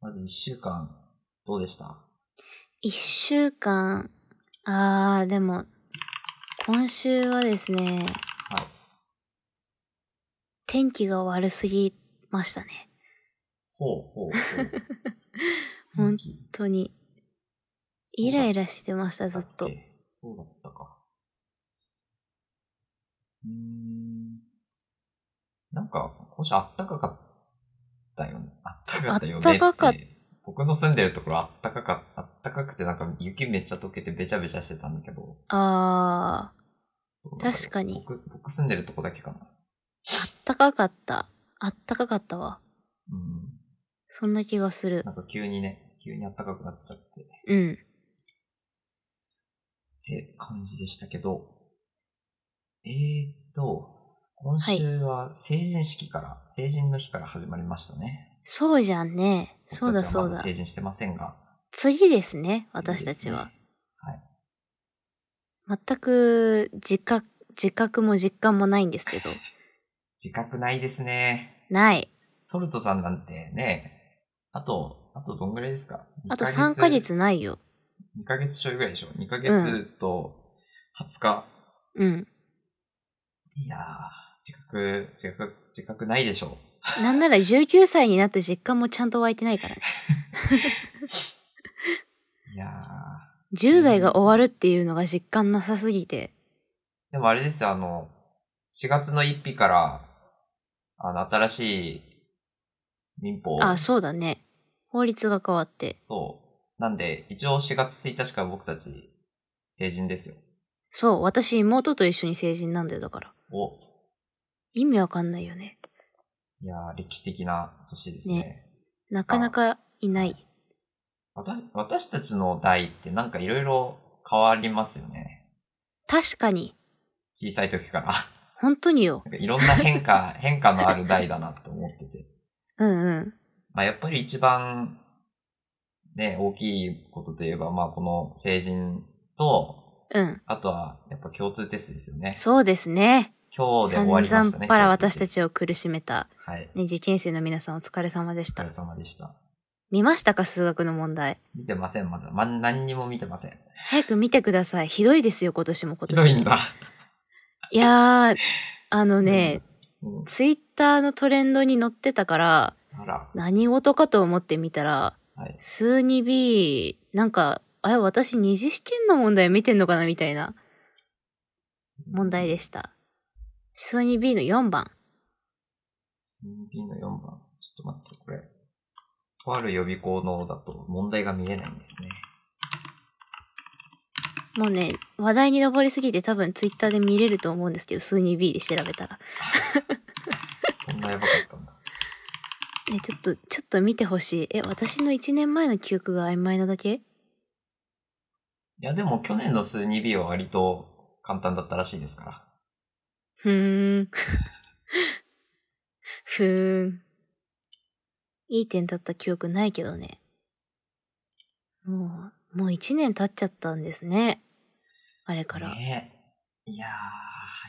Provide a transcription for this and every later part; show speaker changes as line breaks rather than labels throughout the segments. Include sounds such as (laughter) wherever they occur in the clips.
まず一週間、どうでした
一週間、あー、でも、今週はですね、
はい。
天気が悪すぎましたね。
ほうほうほう。
(laughs) ほ
天
ん
気
本当に。イライラしてました、ずっと。。
そうだったか。うーん。なんか、今週あったかかったよね。あったかったよねて。
あったかかっ
僕の住んでるところあったかかあったかくてなんか雪めっちゃ溶けてべちゃべちゃしてたんだけど。
あー、確かに
僕、僕住んでるとこだけかな。
あったかかった。あったかかったわ。
うん。
そんな気がする
な。んか急にね、急にあったかくなっちゃって。っ
うん。
て感じでしたけど。えーっと、今週は成人式から、成人の日から始まりましたね。
そうじゃんね。そうだ
僕たちは
そう
ま
だ。
成人してませんが。
次ですね、私たちは。全く自覚、自覚も実感もないんですけ (laughs) ど。
自覚ないですね。
ない。
ソルトさんなんてね、あと、あとどんぐらいですか
あと3ヶ。月ないよ。
2ヶ月ちょいぐらいでしょ ?2 ヶ
う
月と20日。
うん。
いやー、自覚、自覚、自覚ないでしょ
なんなら19歳になった実感もちゃんと湧いてないからね。
いやー。
10代が終わるっていうのが実感なさすぎて。
でもあれですよ、あの、4月の1日から、あの、新しい民法。
あ、そうだね。法律が変わって。
そう。なんで、一応4月1日から僕たち、成人ですよ。
そう、私妹と一緒に成人なんだよ、だから。
お。
意味わかんないよね。
いやー、歴史的な年ですね。
ねなかなかいない。
私、私たちの代ってなんかいろいろ変わりますよね。
確かに。
小さい時から。
本当によ。
なんかいろんな変
(laughs)
化、変化のある代だなって思ってて。
うんうん。
まあやっぱり一番、ね、大きいことといえば、まあこの成人と、
うん。
あとはやっぱ共通テストですよね。
そうですね。
今日で
散
終わりました
々
ね。
パラ
共
私
通テ
た
ス
ちを苦しめた、
ト。はい。
ね、受験生の皆さんお疲れ様でし
お疲
た
れ。様でした。
見ましたか数学の問題。
見てません、まだ。ま、何にも見てません。
早く見てください。ひどいですよ、今年も今
ひ
年
ど
も。
いんだ。
いやー、あのね、
うん。
ツイッターのトレンドに載ってたから、
あら。
何事かと思ってみたら、
はい。
数 2B、なんか、あれ、私二次試験の問題見てんのかなみたいな問題でした。数 2B の4番。
CB の4番。ちょっと待って、これ。とある予備校のだと問題が見れないんですね。
もうね、話題に上りすぎて多分ツイッターで見れると思うんですけど、数 2B で調べたら。
そんなやばかったんだ。
ね、ちょっと、ちょっと見てほしい。え、私の1年前の記憶が曖昧なだけ
いや、でも去年の数 2B は割と簡単だったらしいですから。
ふー
(laughs)
ん。ふーん。いい点だった記憶ないけどね。もう、もう一年経っちゃったんですね。あれから。
ねえいやー、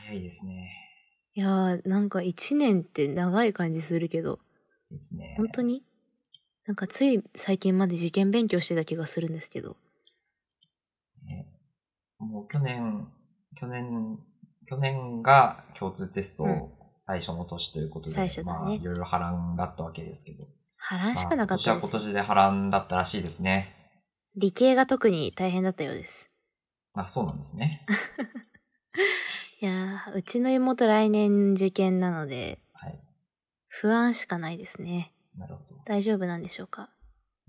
早いですね。
いやー、なんか一年って長い感じするけど、
ですね。
本当になんかつい最近まで受験勉強してた気がするんですけど。
ねもう去年、去年、去年が共通テスト
うん
最初の年ということで、
最初だね
まあ、いろいろ波乱があったわけですけど。
波乱しかなかった
まあ今年は
です。
今年で波乱だったらしいですね。
理系が特に大変だったようです。
あ、そうなんです
(laughs)
ね。
いやー、うちの妹来年受験なので、
はい。
不安しかないですね。
なるほど。
大丈夫なんでしょうか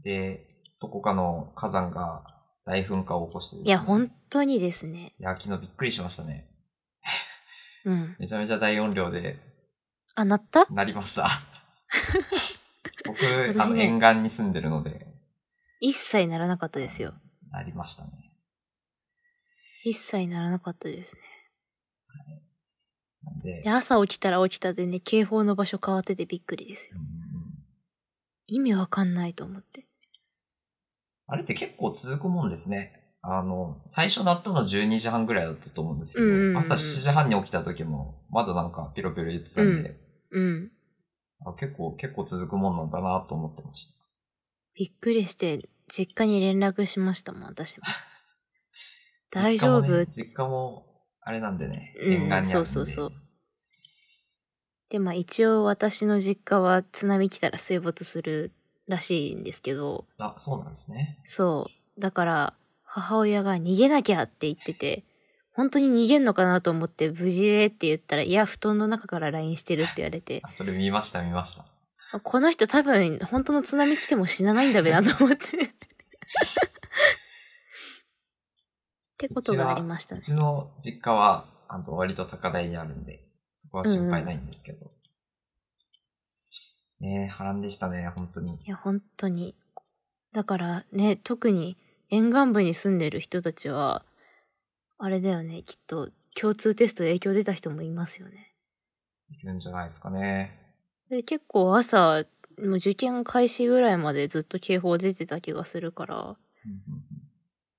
で、どこかの火山が大噴火を起こしてです
い
ね
や、本当にですね。
いや、昨日びっくりしましたね。
うん。
めちゃめちゃ大音量で
あ、なった
鳴りま
(laughs)
した。僕、
ね
あの、沿岸に住んでるので、
一切ならなかったですよ。
鳴りましたね。
一切ならなかったですね。
なんで
で、、朝起きたら起きたでね、警報の場所変わっててびっくりですよ。
うんうん
意味わかんないと思って。
あれって結構続くもんですね。あの、最初鳴ったの12時半ぐらいだったと思うんですけど、
うんうんうん
朝7時半に起きた時も、まだなんかピロピロ言ってたんで、
うん。
あ結構、結構続くもんなんだなと思ってました。
びっくりして、実家に連絡しましたもん、私も。大
(laughs)
丈
実家も
夫
ね実家も、あれなんでね、
うん
沿岸にあるんで。
そうそうそうで、まあ一応私の実家は津波来たら水没するらしいんですけど、
あ、そうなんですね。
そう。だから、母親が逃げなきゃって言ってて、本当に逃げんのかなと思って、無事でって言ったら、いや、布団の中から LINE してるって言われて、 (laughs)
あ、それ見ました、見ました。
この人多分、本当の津波来ても死なないんだべなと思って。 (laughs) ってことがありました
う
ね。
ちの実家は、あの、割と高台にあるんで、そこは心配ないんですけど。ねえ、波乱でしたね、本当に。
いや、本当に。だからね、特に沿岸部に住んでる人たちは、あれだよね、きっと共通テストで影響出た人もいますよね。
いるんじゃないですかね。
で結構朝、もう受験開始ぐらいまでずっと警報出てた気がするから、
うんうんうん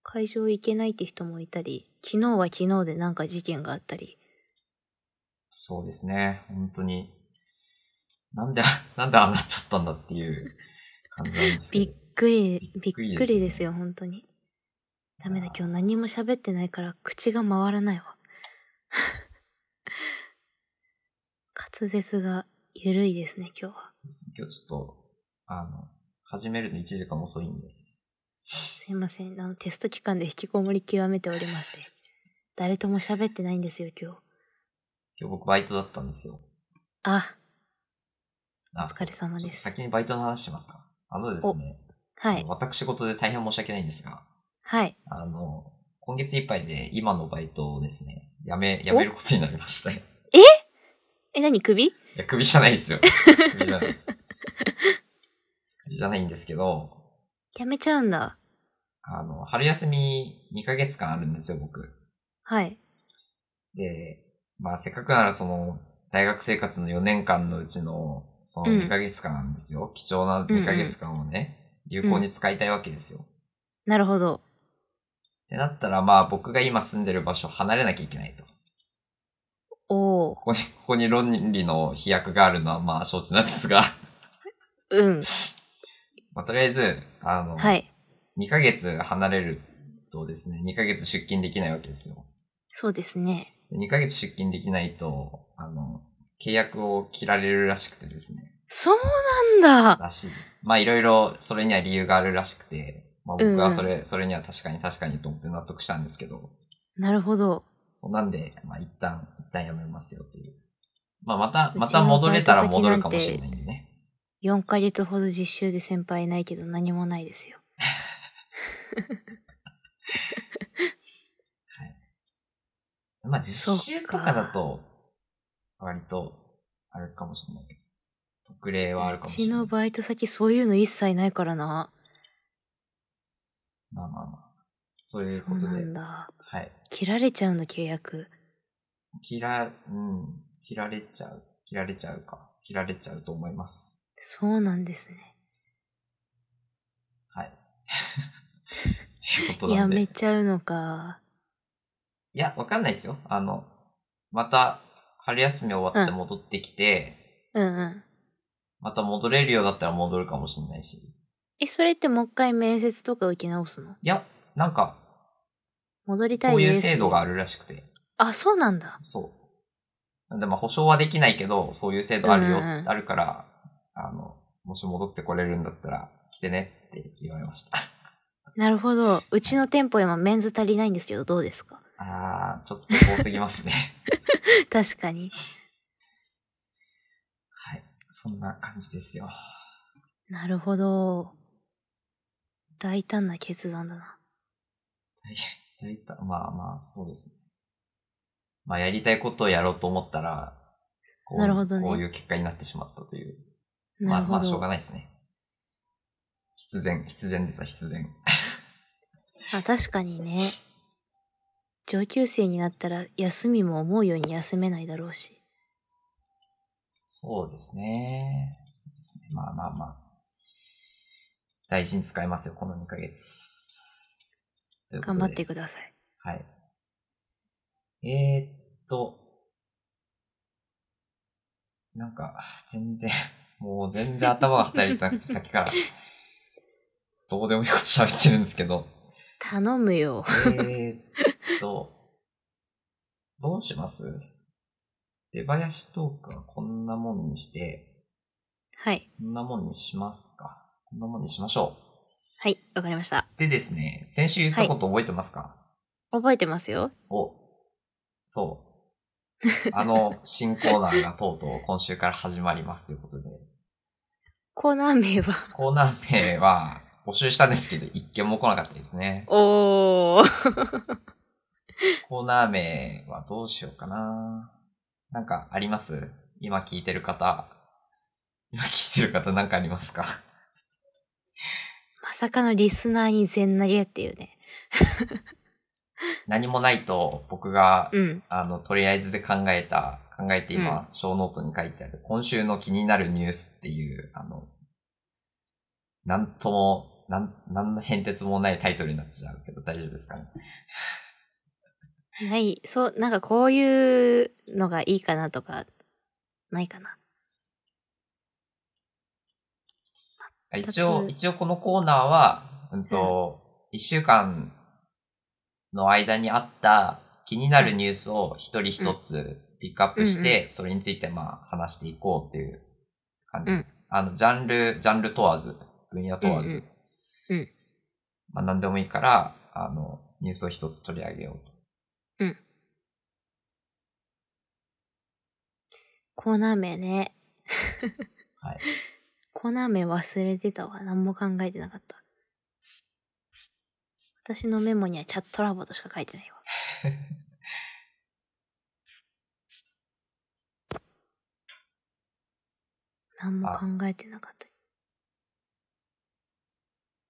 会場行けないって人もいたり、昨日は昨日でなんか事件があったり、
そうですね、本当に。なんで、 (laughs) なんでああなっちゃったんだっていう感じなんですけ
びっ
ど。
くり、び
び
っ
っ
く
く
り
り
です
ですね
よ、本当に。ダメだ
いや、ー
今日何も喋ってないから口が回らないわ。 (laughs) 滑舌が緩いですね、今日は。
今日ちょっと、あの、始めるの1時間遅いんで。
すいません、あの、テスト期間で引きこもり極めておりまして、誰とも喋ってないんですよ、今日。
今日僕バイトだったんですよ。
あ、
お
お疲れ様です
先にバイトの話しますか。あのですね、
はい、
私事で大変申し訳ないんですが、
はい。
あの、今月いっぱいで今のバイトをですね、やめ、やめることになりましたよ。
え、何首
いや、首じゃない
(laughs)
ですよ。首じゃないです。首じゃないんですけど、
やめちゃうんだ。
あの、春休み2ヶ月間あるんですよ、僕。
はい。
で、まあせっかくならその、大学生活の4年間のうちの、その
うん
2ヶ月間なんですよ。貴重な2ヶ月間をね、有効に使いたいわけですよ。
なるほど。
ってなったら、まあ僕が今住んでる場所を離れなきゃいけないと。
おー
ここに、ここに論理の飛躍があるのはまあ承知なんです
(laughs)
が、
うん。
まあとりあえず、あの、
はい。
2ヶ月離れるとですね、2ヶ月出勤できないわけですよ。
そうですね。
で2ヶ月出勤できないと、あの、契約を切られるらしくてですね。
そうなんだ。
らしいです。まあいろいろそれには理由があるらしくて、まあ僕はそれ、それには確かに確かにと思って納得したんですけど、
なるほど。
そうなんで、まあ一旦、一旦やめますよという。まあまた、
うちの
また戻れたら
バイト先
戻
なん
るか
て
もしれないんでね。
4ヶ月ほど実習で先輩いないけど何もないですよ。
まあ実習とかだ
そ
と、割と、あるかもしれないけど。特例はあるか
う
もしれ
ち
ない。
のバイト先そういうの一切ないからな。
まあまあまあ。そういう
そ
こ
う
とで
な、んだ。
はい。
切られちゃうんだ、契約。
切ら、うん、切られちゃう。切られちゃうか。切られちゃうと思います。
そうなんですね。
はい。っていうことな
や
んで。
め
い
ちゃうのか。
や、わかんないですよ。あの、また、春休み終わって
うん
戻ってきて、
うんうん。
また戻れるようだったら戻るかもしれないし。い
え、それってもう一回面接とか受け直すの
や、なんか、
戻りたい
そうい
で
う
す。
制度があるらしくて。
あ、そうなんだ。
そう。なんで、まあ、保証はできないけど、そういう制度あるよ、
うんうん
あるから、あの、もし戻ってこれるんだったら、来てねって言われました。 (laughs)
なるほど。うちの店舗今メンズ足りないんですけど、どうですか
あー、ちょっと遠すぎますね。 (laughs)
確かに。
はい。そんな感じですよ。
なるほど。大胆な決断だな。
大体、まあまあ、そうですね。まあ、やりたいことをやろうと思ったら、こう
なるほどね
こういう結果になってしまったという。ま
な
あ
るほど。
まあ、しょうがないですね。必然、必然ですわ、必然。
あ、確かにね。上級生になったら休みも思うように休めないだろうし。
そうですね。そうですね。まあまあまあ。大事に使いますよ、この2ヶ月。ということ
頑
です
張ってください。
はい。えー、っと、
(laughs)
なんか、全然、もう全然頭が働いてなくて、さっきから。どうでもいいこと喋ってるんですけど。
頼むよ。
えーっと、どうします出囃子トークはこんなもんにして、
はい。
こんなもんにしますか。こんなもんにしましょ
はい、わかりました。
う。でですね、先週言ったこと覚えてますか、
覚えてますよ。
お、そう。あの、新コーナーがとうとう今週から始まりますということで、
コーナー名は。
コーナー名は募集したんですけど、一件も来なかったですね。
おー。
コーナー名はどうしようかな。なんかあります今聞いてる方。今聞いてる方なんかありますか
まさかのリスナーに全なりやっていうね。
何もないと僕が、
うん。
あの、とりあえずで考えた、考えて今、
う
小ノートに書いてある、今週の気になるニュースっていう、あの、なんとも、なん、なんの変哲もないタイトルになっちゃうけど大丈夫ですかね。
ない、そう、なんかこういうのがいいかなとか、ないかな。
あ
く
一応、一応このコーナーは、うんと、一週間の間にあった気になるニュースを一人一つピックアップして、それについてまあ話していこうっていう感じです。あの、ジャンル、ジャンル問わず、分野問わず。
うんうんうん
まあ何でもいいから、あの、ニュースを一つ取り上げようと。
コーナー名ね。
はい。
(laughs) コーナー名忘れてたわ。何も考えてなかった。私のメモにはチャットラボとしか書いてない
(laughs)
わ。何も考えてなかった。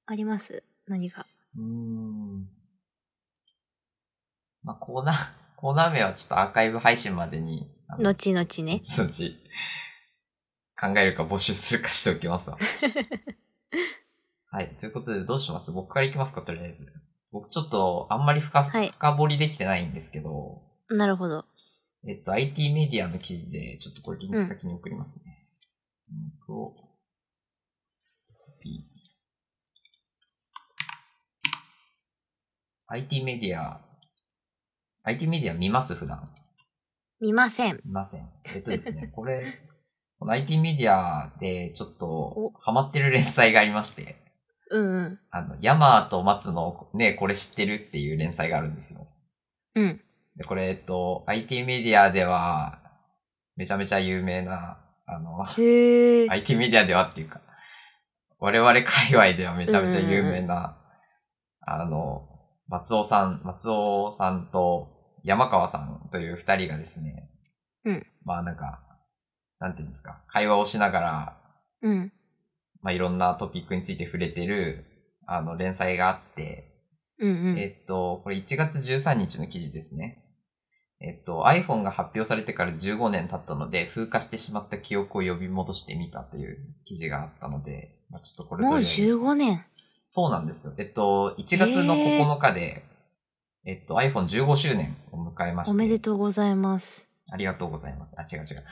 あります何が。
うーん。まあコーナー、コーナー名はちょっとアーカイブ配信までに、あの
後々ね。
そのうち、考えるか募集するかしておき
(laughs)
ますわ。はい。ということで、どうします僕からいきますか、とりあえず。僕ちょっと、あんまり深す、
はい
深掘りできてないんですけど、
なるほど。
えっと、IT メディアの記事で、ちょっとこれリンク先に送りますね。リンクを、P。IT メディア、IT メディア見ます普段。
見ません。
いません。えっとですね、これ、この IT メディアでちょっと
お
ハマってる連載がありまして、
うんうん。
あの、ヤマーと松のね、これ知ってるっていう連載があるんですよ。
うん。
でこれ、えっと、IT メディアでは、めちゃめちゃ有名な、あの、
へえ。
IT メディアではっていうか、我々界隈ではめちゃめちゃ有名な、あの、松尾さん、松尾さんと山川さんという二人がですね、
うん
まあなんか、なんていうんですか、会話をしながら、
うん。
まあいろんなトピックについて触れてる、あの、連載があって、
うんうん。
えっと、これ1月13日の記事ですね。えっと、iPhone が発表されてから15年経ったので、風化してしまった記憶を呼び戻してみたという記事があったので、まあ、ちょっとこれ
もう
とりあえず
15年。
そうなんですよ。えっと、1月の9日で、えっと、iPhone15 周年を迎えまして。
おめでとうございます。
ありがとうございます。あ、違う
(laughs)
違う。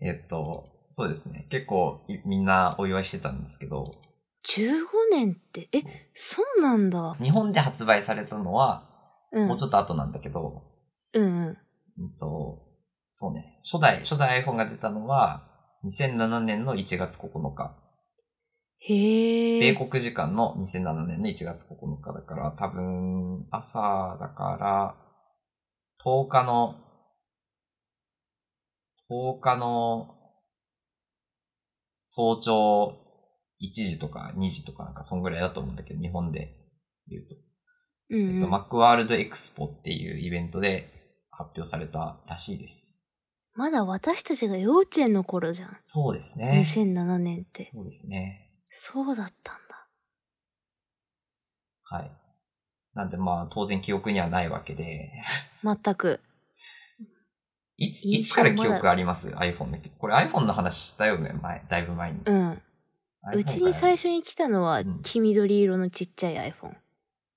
えっと、そうですね。結構いみんなお祝いしてたんですけど、
15年って、え、そうなんだ。
日本で発売されたのは、
うん。
もうちょっと後なんだけど、
うんうん。
うんと、そうね。初代、初代 iPhone が出たのは、2007年の1月9日。
へ
米
え。
国時間の2007年の1月9日だから、多分、朝だから、10日の、10日の、早朝1時とか2時とかなんか、そんぐらいだと思うんだけど、日本で言うと。
うん
えっ
う
と、
ん、
マックワールドエクスポっていうイベントで発表されたらしいです。
まだ私たちが幼稚園の頃じゃん。
そうですね。
2007年って。
そうですね。
そうだったんだ。
はい。なんでまあ当然記憶にはないわけ
(laughs)
で、
全く。
いつ、
いい
いつから記憶あります ?iPhone の。これ iPhone の話したよね、前、だいぶ前に。
うん。うちに最初に来たのは
うん、
黄緑色のちっちゃい iPhone。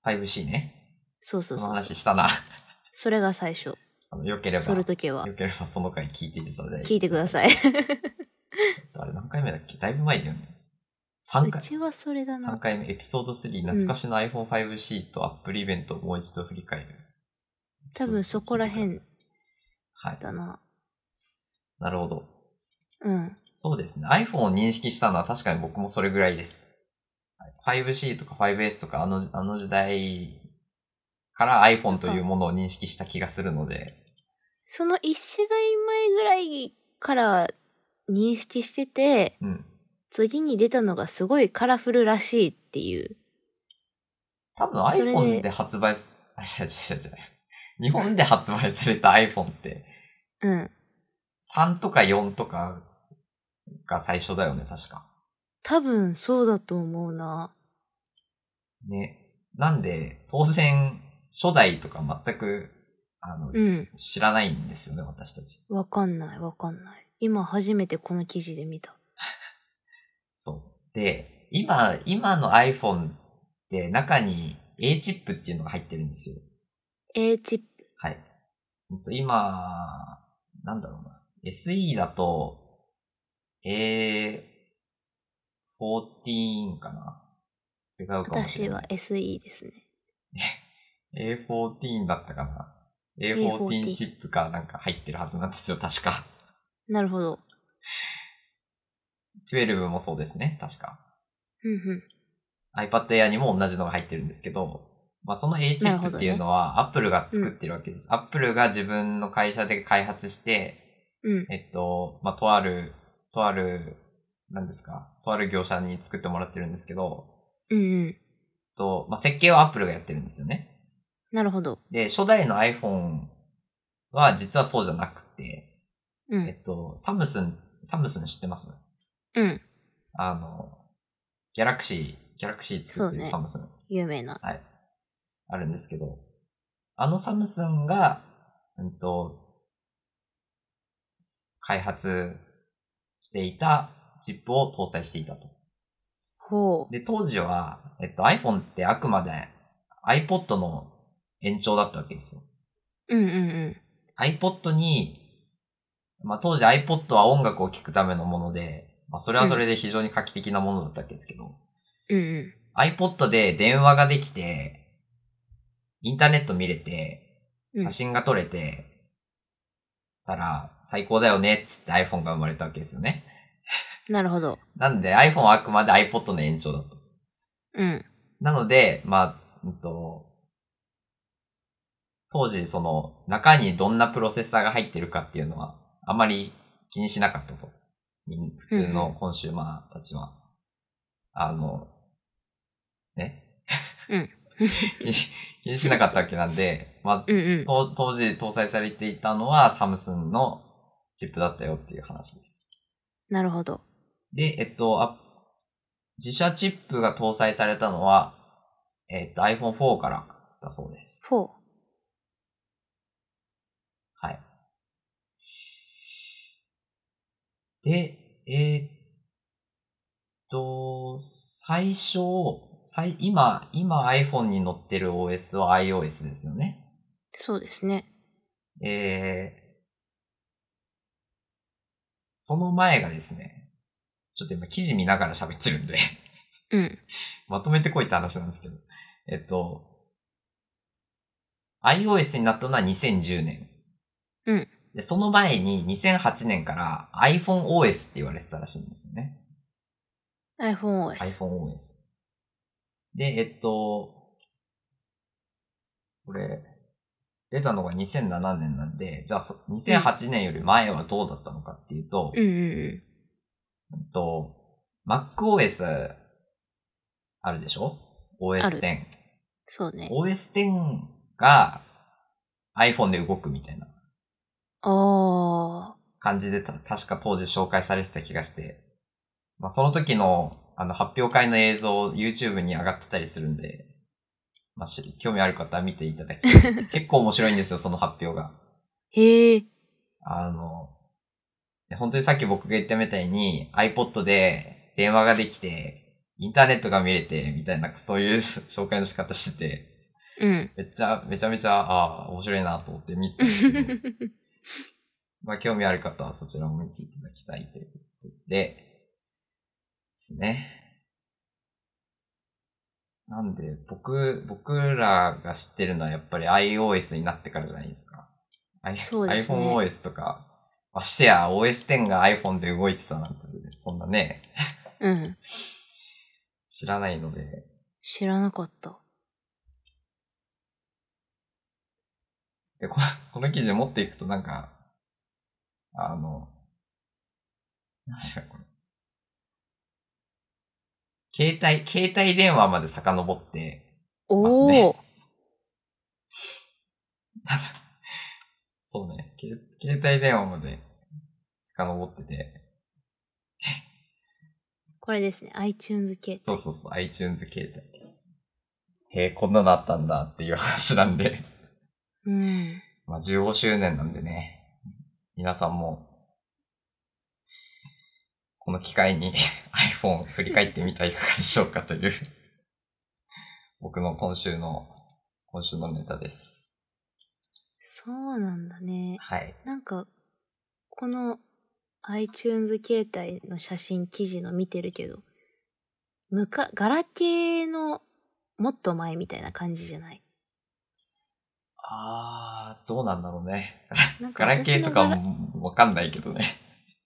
初。5C ね。
そうそ
そうの
そう。
話したな。 (laughs)
それが最初。
あの、よければ、
それ
よ
時計は。
ければその回聞いていただいて。
聞いてください。
あれ何回目だっけだいぶ前だよね。 3
(laughs) う
回、
ちはそれだ
三
な。
回目、エピソード3、懐かしの iPhone5C と Apple イベントをもう一度振り返る。
多分そこら辺
聞いてください。はい。
だな。
なるほど。
うん。
そうですね。iPhone を認識したのは確かに僕もそれぐらいです。はい 5C とか 5S とかあのあの時代から iPhone というものを認識した気がするので、
その一世代前ぐらいから認識してて、
うん。
次に出たのがすごいカラフルらしいっていう。
多分
それで
iPhone で発売す、あ、違う違う違う違う。日本で発売された iPhone って、
うん。
3とか4とかが最初だよね、確か。
多分そうだと思うな。
ね。なんで、当然、初代とか全く、あの、
うん。
知らないんですよね、私たち。
わかんないわかんない。今初めてこの記事で見た。
そう。で、今、今の iPhone って中に A チップっていうのが入ってるんですよ。
A チップ。
はい。ほんと今、なんだろうな。SE だと、A14 かな違うかもしれ
私
な。
はい SE ですね。
A14 だったかな
A14
A14 チップかなんか入ってるはずなんですよ、確か。
なるほど。
12もそうですね、確か。
うんうん。
iPad Air にも同じのが入ってるんですけど、まあ、その A チップっていうのは Apple が作ってるわけです。Apple が自分の会社で開発して、
うん。
えっと、まあ、とある、とある、なんですか、とある業者に作ってもらってるんですけど、
うんうん。
と、まあ、設計は Apple がやってるんですよね。
なるほど。
で、初代の iPhone は実はそうじゃなくて、
う
え
ん。
っと、サムスン、サムスン知ってます
うん。
あの、ギャラクシー、ギャラクシー作ってる
そ
サ
うね
ムスン。
有名な。
はい。あるんですけど、あのサムスンが、うんと、開発していたチップを搭載していたと。
ほう。
で、当時は、えっと、iPhone ってあくまで iPod の延長だったわけですよ。
うんうんうん。
iPod に、まあ、当時 iPod は音楽を聴くためのもので、まあ、それはそれで非常に画期的なものだったわけですけど、
うんうん。
iPod で電話ができて、インターネット見れて、
うん
写真が撮れて、たら最高だよねっつって iPhone が生まれたわけですよね。
なるほど。
なんで iPhone はあくまで iPod の延長だと。
うん。
なので、まあ、うんと、当時その中にどんなプロセッサーが入ってるかっていうのはあまり気にしなかったと。みん普通のコンシューマーたちは。あの、ね。
うん。
気にし (laughs) 気にしなかったわけなんで、まあ、
うんうん。
と当時搭載されていたのはサムスンのチップだったよっていう話です。
なるほど。
で、えっと、あ自社チップが搭載されたのは、えっと、iPhone4 からだそうです。
ほ
はい。で、えーっと、最初、最今、今 iPhone に載ってる OS は iOS ですよね。
う。そうですね。
えー、その前がですね、ちょっと今記事見ながら喋ってるんで、
うん。
まとめてこいって話なんですけど、えっと、iOS になったのは2010年。
うん。
で、その前に2008年から iPhoneOS って言われてたらしいんですよね。
iPhoneOS。
iPhoneOS。で、えっと、これ、出たのが2007年なんで、じゃあそ2008年より前はどうだったのかっていうと、
うんうん
えっと、MacOS あるでしょ
ある
?OS10。
そうね。
OS10 が iPhone で動くみたいな
あ
感じでた、確か当時紹介されてた気がして、まあ、その時の、あの、発表会の映像、YouTube に上がってたりするんで、まあ、し興味ある方は見ていただきたいです結構面白いんですよ、その発表が。
ー。へえ。
あの、本当にさっき僕が言ったみたいに iPod で電話ができて、インターネットが見れて、みたいな、そう (laughs) いう紹介の仕方してて、
うん。
めっちゃ、めちゃめちゃ、ああ、面白いなと思って見てたんですけど、まあ、興味ある方はそちらも見ていただきたいということで、ですね。なんで、僕、僕らが知ってるのはやっぱり iOS になってからじゃないですか。I-
そうですね
iPhoneOS とか、ましてや OS10 が iPhone で動いてたなんて、そんなね、
(laughs) うん。
知らないので、
知らなかった。
で、こ (laughs) この記事持っていくとなんか、あの、なんすかこれ。携帯、携帯電話まで遡って、ます
おー、
ねそうね、け携帯電話まで遡ってて、
これですね。iTunes 系。
そうそうそう、iTunes 携帯。へえ、こんなのあったんだっていう話なんで、
うん。
まあ15周年なんでね、皆さんも、この機会に (laughs) iPhone を振り返ってみてはいかがでしょうかという、僕の今週の、今週のネタです。
そうなんだね。
はい。
なんか、この iTunes 携帯の写真記事の見てるけど、むか、ガラケーのもっと前みたいな感じじゃない
あー、どうなんだろうね。
なんか
ガラケ
私
ー
の
と
ガ
か
ラ
もわかんないけどね。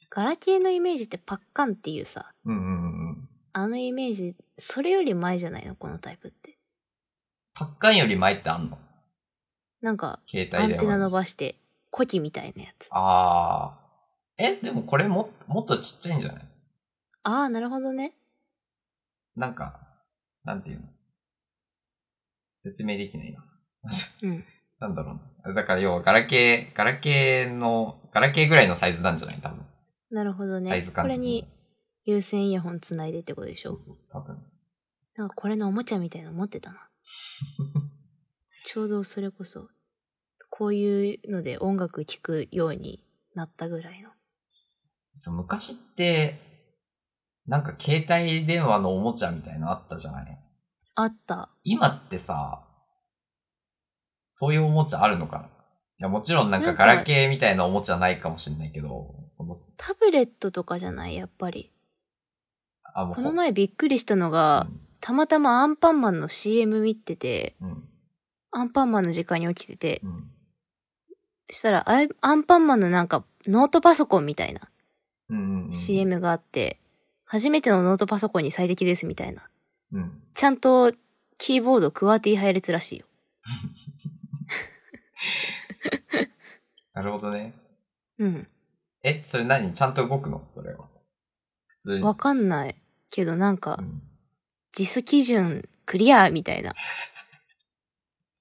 ガラケーのイメージってパッカンっていうさ、
うんうんうんうん。
あのイメージ、それより前じゃないのこのタイプって。
パッカンより前ってあんの
なんか、
携
ア
帯電
ン
話。
テナ伸ばして、コキみたいなやつ。
あー。え、でもこれも、もっとちっちゃいんじゃない
ああ、なるほどね。
なんか、なんていうの説明できないな。
うん。
なんだろうな。だから要はガラケー、ガラケーの、ガラケーぐらいのサイズなんじゃない多分。
なるほど
サイ
ね
ズ。
こ
感
れに有線イヤホンつないでってことでし
そ
ょ
う。そうそう、多分。
なんかこれのおもちゃみたいなの持ってたな。ちょうどそれこそ、こういうので音楽聴くようになったぐらいの。
そう、昔って、なんか携帯電話のおもちゃみたいなのあったじゃない
あった。
今ってさ、そういうおもちゃあるのかないや、もちろんなん
な
か
んか
ガラケーみたいなおもちゃないかもしれないけど、その、
タブレットとかじゃないやっぱり。
あ、もう
この前びっくりしたのが、たまたまアンパンマンの CM 見てて、
うん、うん、
アンパンマンの時間に起きてて、
うん。
したらアイアンパンマンのなんかノートパソコンみたいな
うん、うん。。
CM があって、初めてのノートパソコンに最適ですみたいな。
うん。
ちゃんとキーボードクワーティ配列らしいよ。
なるほどね。
うん。
え、それ何ちゃんと動くのそれは。普通に。
わかんないけどなんか
う、ん、
実基準クリアみた
(laughs)
いな。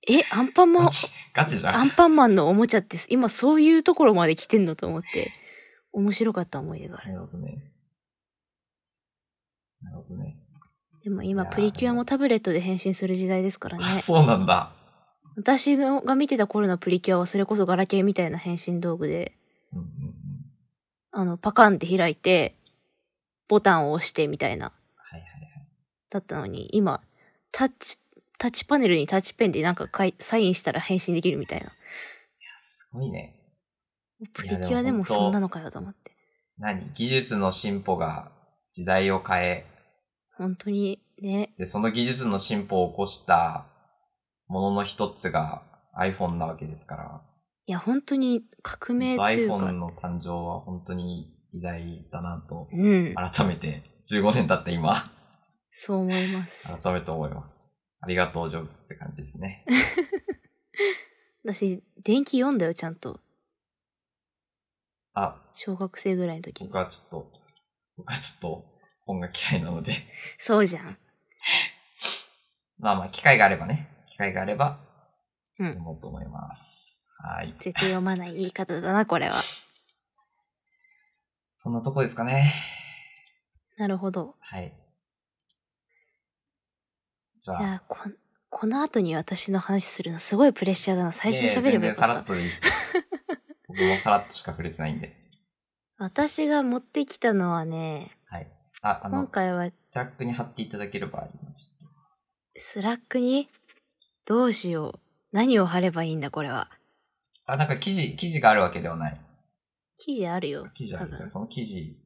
え、アンパンマン
ガ、チ、ガチじゃ
ア
ん。
ンパンマンのおもちゃって今そういうところまで来てんのと思って、面白かった思い出があ
な
る。
るほどね。なるほどね。
でも今
いやー
プリキュアもタブレットで変身する時代ですから
あ、
ね。
そうなんだ。
私のが見てた頃のプリキュアはそれこそガラケーみたいな変身道具で、
うんうんうん。
あの、パカンって開いて、ボタンを押してみたいな、
はいはいはい。
だったのに、今、タッチ、タッチパネルにタッチペンでなんかかいサインしたら変身できるみたいな。
いや、すごいね。
プリキュアでもそんなのかよと思って。
何技術の進歩が時代を変え、
本当にね、
で、その技術の進歩を起こしたものの一つが iPhone なわけですから。
いや本当に革命という
iPhone
か、
の誕生は本当に偉大だなと、
うん、
改めて、15年経って今、
そう思います。
改めて思います。ありがとう、ジョブズって感じです
(laughs)
ね。
私、電気読んだよ、ちゃんと。
あ、
小学生ぐらいの時に
僕。はちょっと、僕はちょっと本が嫌いなので。 (laughs)
そうじゃん。
まあまあ、機会があればね。機会があれば、
うん
読もうと思います。はい。
絶対読まない言い方だな、これは。
そんなとこですかね。
なるほど。
はい。じゃ
い
あ、
や、こん、この後に私の話するのすごいプレッシャーだな。最初に喋れば
いやいや全
よ
然さ
からっ。
ったとでいい
(laughs)
ですよ。僕もさらっとしか触れてないんで。
私が持ってきたのはね、
はい。あ、あ
今
の、
回は
スラックに貼っていただければ、今ちょっと
スラックに、どうしよう。何を貼ればいいんだ、これは。
あ、なんか記事、記事があるわけではない。
記事あるよ。
記事あるじゃん。
多分
その記事。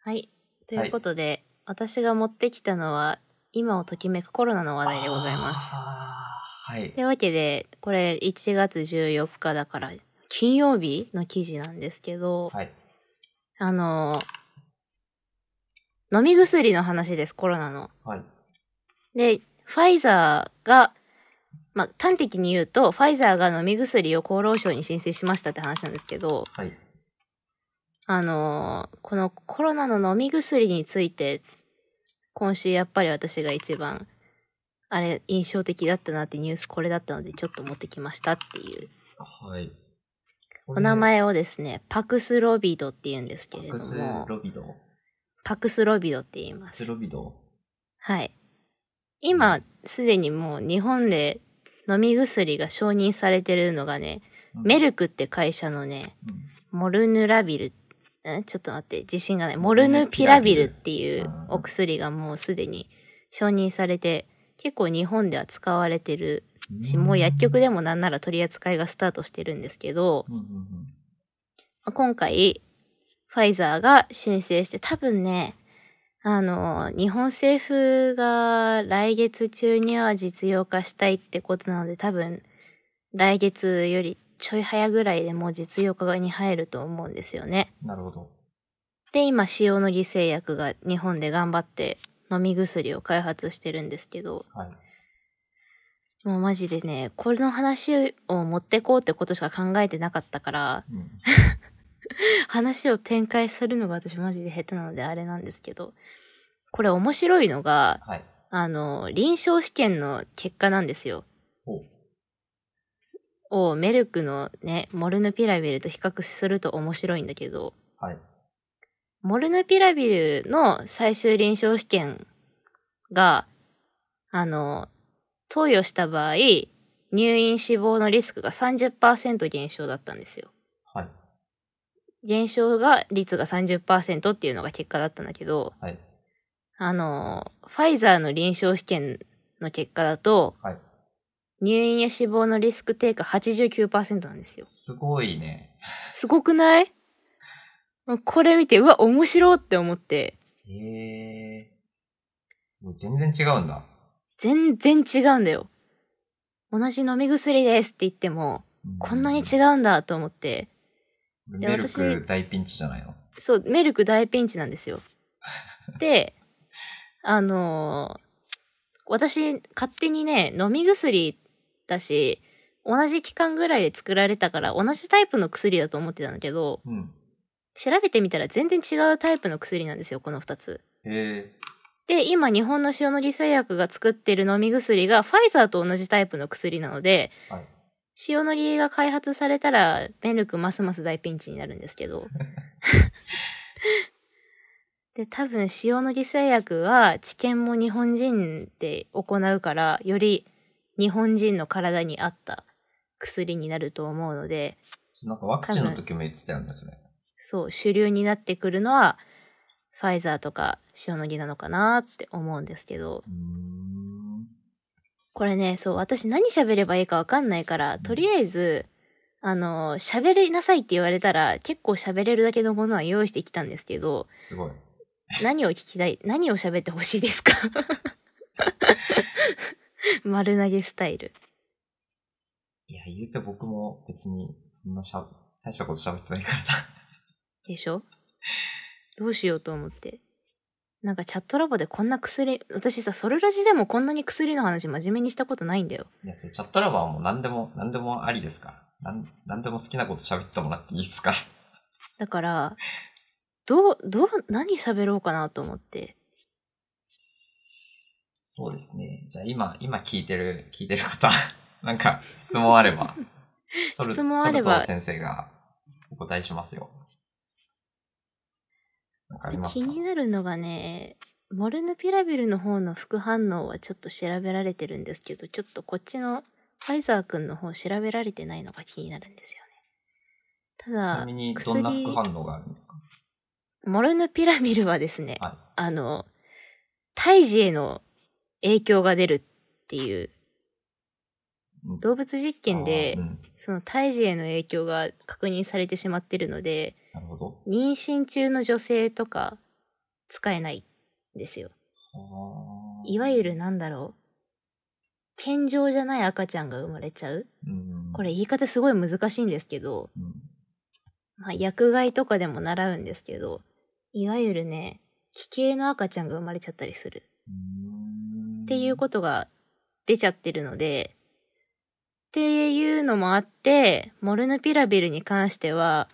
はい。ということで、私が持ってきたのは、今をときめくコロナの話題でございます。
あーはい
と。いうわけで、これ1月14日だから、金曜日の記事なんですけど、
はい。
あの、飲み薬の話です、コロナの。
はい。
で、ファイザーが、まあ、端的に言うと、ファイザーが飲み薬を厚労省に申請しましたって話なんですけど、
はい。
あのーこのコロナの飲み薬について、今週やっぱり私が一番、あれ、印象的だったなってニュースこれだったので、ちょっと持ってきましたっていう。
はい。
お名前をですね、パクスロビドって言うんですけ
こ
れ
れ。パ
ど
クス
も、
ロビド
パクスロビドって言いま
パクス
す。
ロビド
はい。今、すでにもう日本で飲み薬が承認されてるのがね、メルクって会社のね、モルヌラビル、んちょっと待って、自信がない。モルヌピラビルっていう
うん
お薬がもうすでに承認されて、結構日本では使われてるし、もう薬局で
も。
もなんなら取り扱いがスタートしてるんですけど、
うんうんうん
まあ今回、ファイザーが申請して、多分ね、あの、日本政府が来月中には実用化したいってことなので、多分、来月よりちょい早ぐらいでもう実用化に入ると思うんですよね。
なるほど。
で、今、塩野義製薬が日本で頑張って飲み薬を開発してるんですけど、
はい。
もうマジでね、これの話を持ってこうってことしか考えてなかったから、
うん
話を展開するのが私マジで下手なのであれなんですけど、これ面白いのが、
はい。
あの、臨床試験の結果なんですよ。
お
をメルクのね、モルヌピラビルと比較すると面白いんだけど、
はい。
モルヌピラビルの最終臨床試験が、あの、投与した場合、入院死亡のリスクが30%減少だったんですよ。
はい。
減少が率が30%っていうのが結果だったんだけど、
はい。
あの、ファイザーの臨床試験の結果だと、
はい。
入院や死亡のリスク低下89%なんですよ。
すごいね。
すごくないもうこれ見て、うわ、面白いって思って、
へえ。すごい、全然違うんだ。
全然違うんだよ。同じ飲み薬ですって言っても、こんなに違うんだと思って、
うん。
で
メルク
私
大ピンチじゃないの。
そう、メルク大ピンチなんですよ。で、あのー私、勝手にね、飲み薬だし、同じ期間ぐらいで作られたから、同じタイプの薬だと思ってたんだけど、
うん。
調べてみたら全然違うタイプの薬なんですよ、この二つ。
へえ。
で、今、日本の塩野義製薬が作ってる飲み薬が、ファイザーと同じタイプの薬なので、
はい。
塩野義が開発されたら、メルクますます大ピンチになるんですけど。で、多分、塩野義製薬は、治験も日本人で行うから、より日本人の体に合った薬になると思うので、
なんかワクチンの時も言ってたよね、それ。
そう、主流になってくるのは、ファイザーとか塩野義なのかなって思うんですけど、
うーん。
これね、そう、私何喋ればいいかわかんないから、とりあえず、あの、喋りなさいって言われたら、結構喋れるだけのものは用意してきたんですけど、
すごい。
何を聞きたい、何を喋ってほしいですか (laughs) 丸投げスタイル。
いや、言うて僕も別にそんなしゃ、大したこと喋ってないから
でしょどうしようと思って。なんかチャットラボでこんな薬、私さ、ソルラジでもこんなに薬の話真面目にしたことないんだよ。
いや、それチャットラバーはもう何でも、何でもありですから。なん、何でも好きなこと喋ってもらっていいですから。
だから、どう、どう、何喋ろうかなと思って。
そうですね。じゃあ今、今聞いてる、聞いてる方、 (laughs) なんか質問あれば、ソル
質問あれば
ソルト先生がお答えしますよ。なんかあります
気
か
になるのがね、モルヌピラビルの方の副反応はちょっと調べられてるんですけど、ちょっとこっちのファイザーくんの方調べられてないのが気になるんですよね。た
ち
だ
なみ、に、どんな副反応があるんですか
モルヌピラビルはですね、
はい
あの、胎児への影響が出るっていう、
うん
動物実験で
あーう、ん
その胎児への影響が確認されてしまってるので、
なるほど。
妊娠中の女性とか使えないんですよ。
あー
いわゆるなんだろう。健常じゃない赤ちゃんが生まれちゃう
うん
これ言い方すごい難しいんですけど、
うん
まあ、薬害とかでも習うんですけど、いわゆるね、奇形の赤ちゃんが生まれちゃったりする。
うん
っていうことが出ちゃってるので、っていうのもあって、モルヌピラビルに関しては、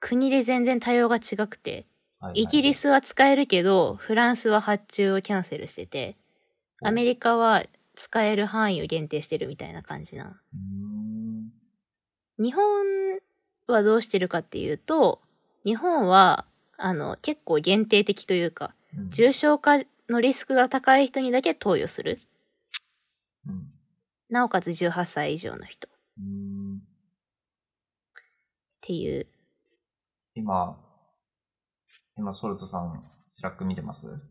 国で全然対応が違くて、
はいはい
イギリスは使えるけど、フランスは発注をキャンセルしてて、アメリカは使える範囲を限定してるみたいな感じなの。
うん
日本はどうしてるかっていうと、日本は、あの、結構限定的というか、
うん
重症化のリスクが高い人にだけ投与する。
うん
なおかつ18歳以上の人っ
うん
ていう。
今、今、ソルトさん、スラック見てます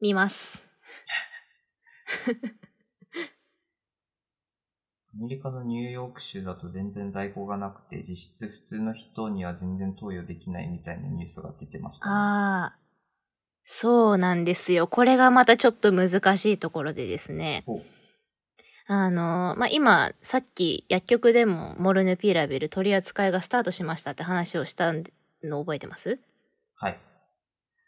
見ます。
アメリカのニューヨーク州だと全然在庫がなくて、実質普通の人には全然投与できないみたいなニュースが出てましたね、
ああ。そうなんですよ。これがまたちょっと難しいところでですね。
ほう
あの、まあ、今、さっき薬局でもモルヌピラビル取り扱いがスタートしましたって話をしたの覚えてます
はい。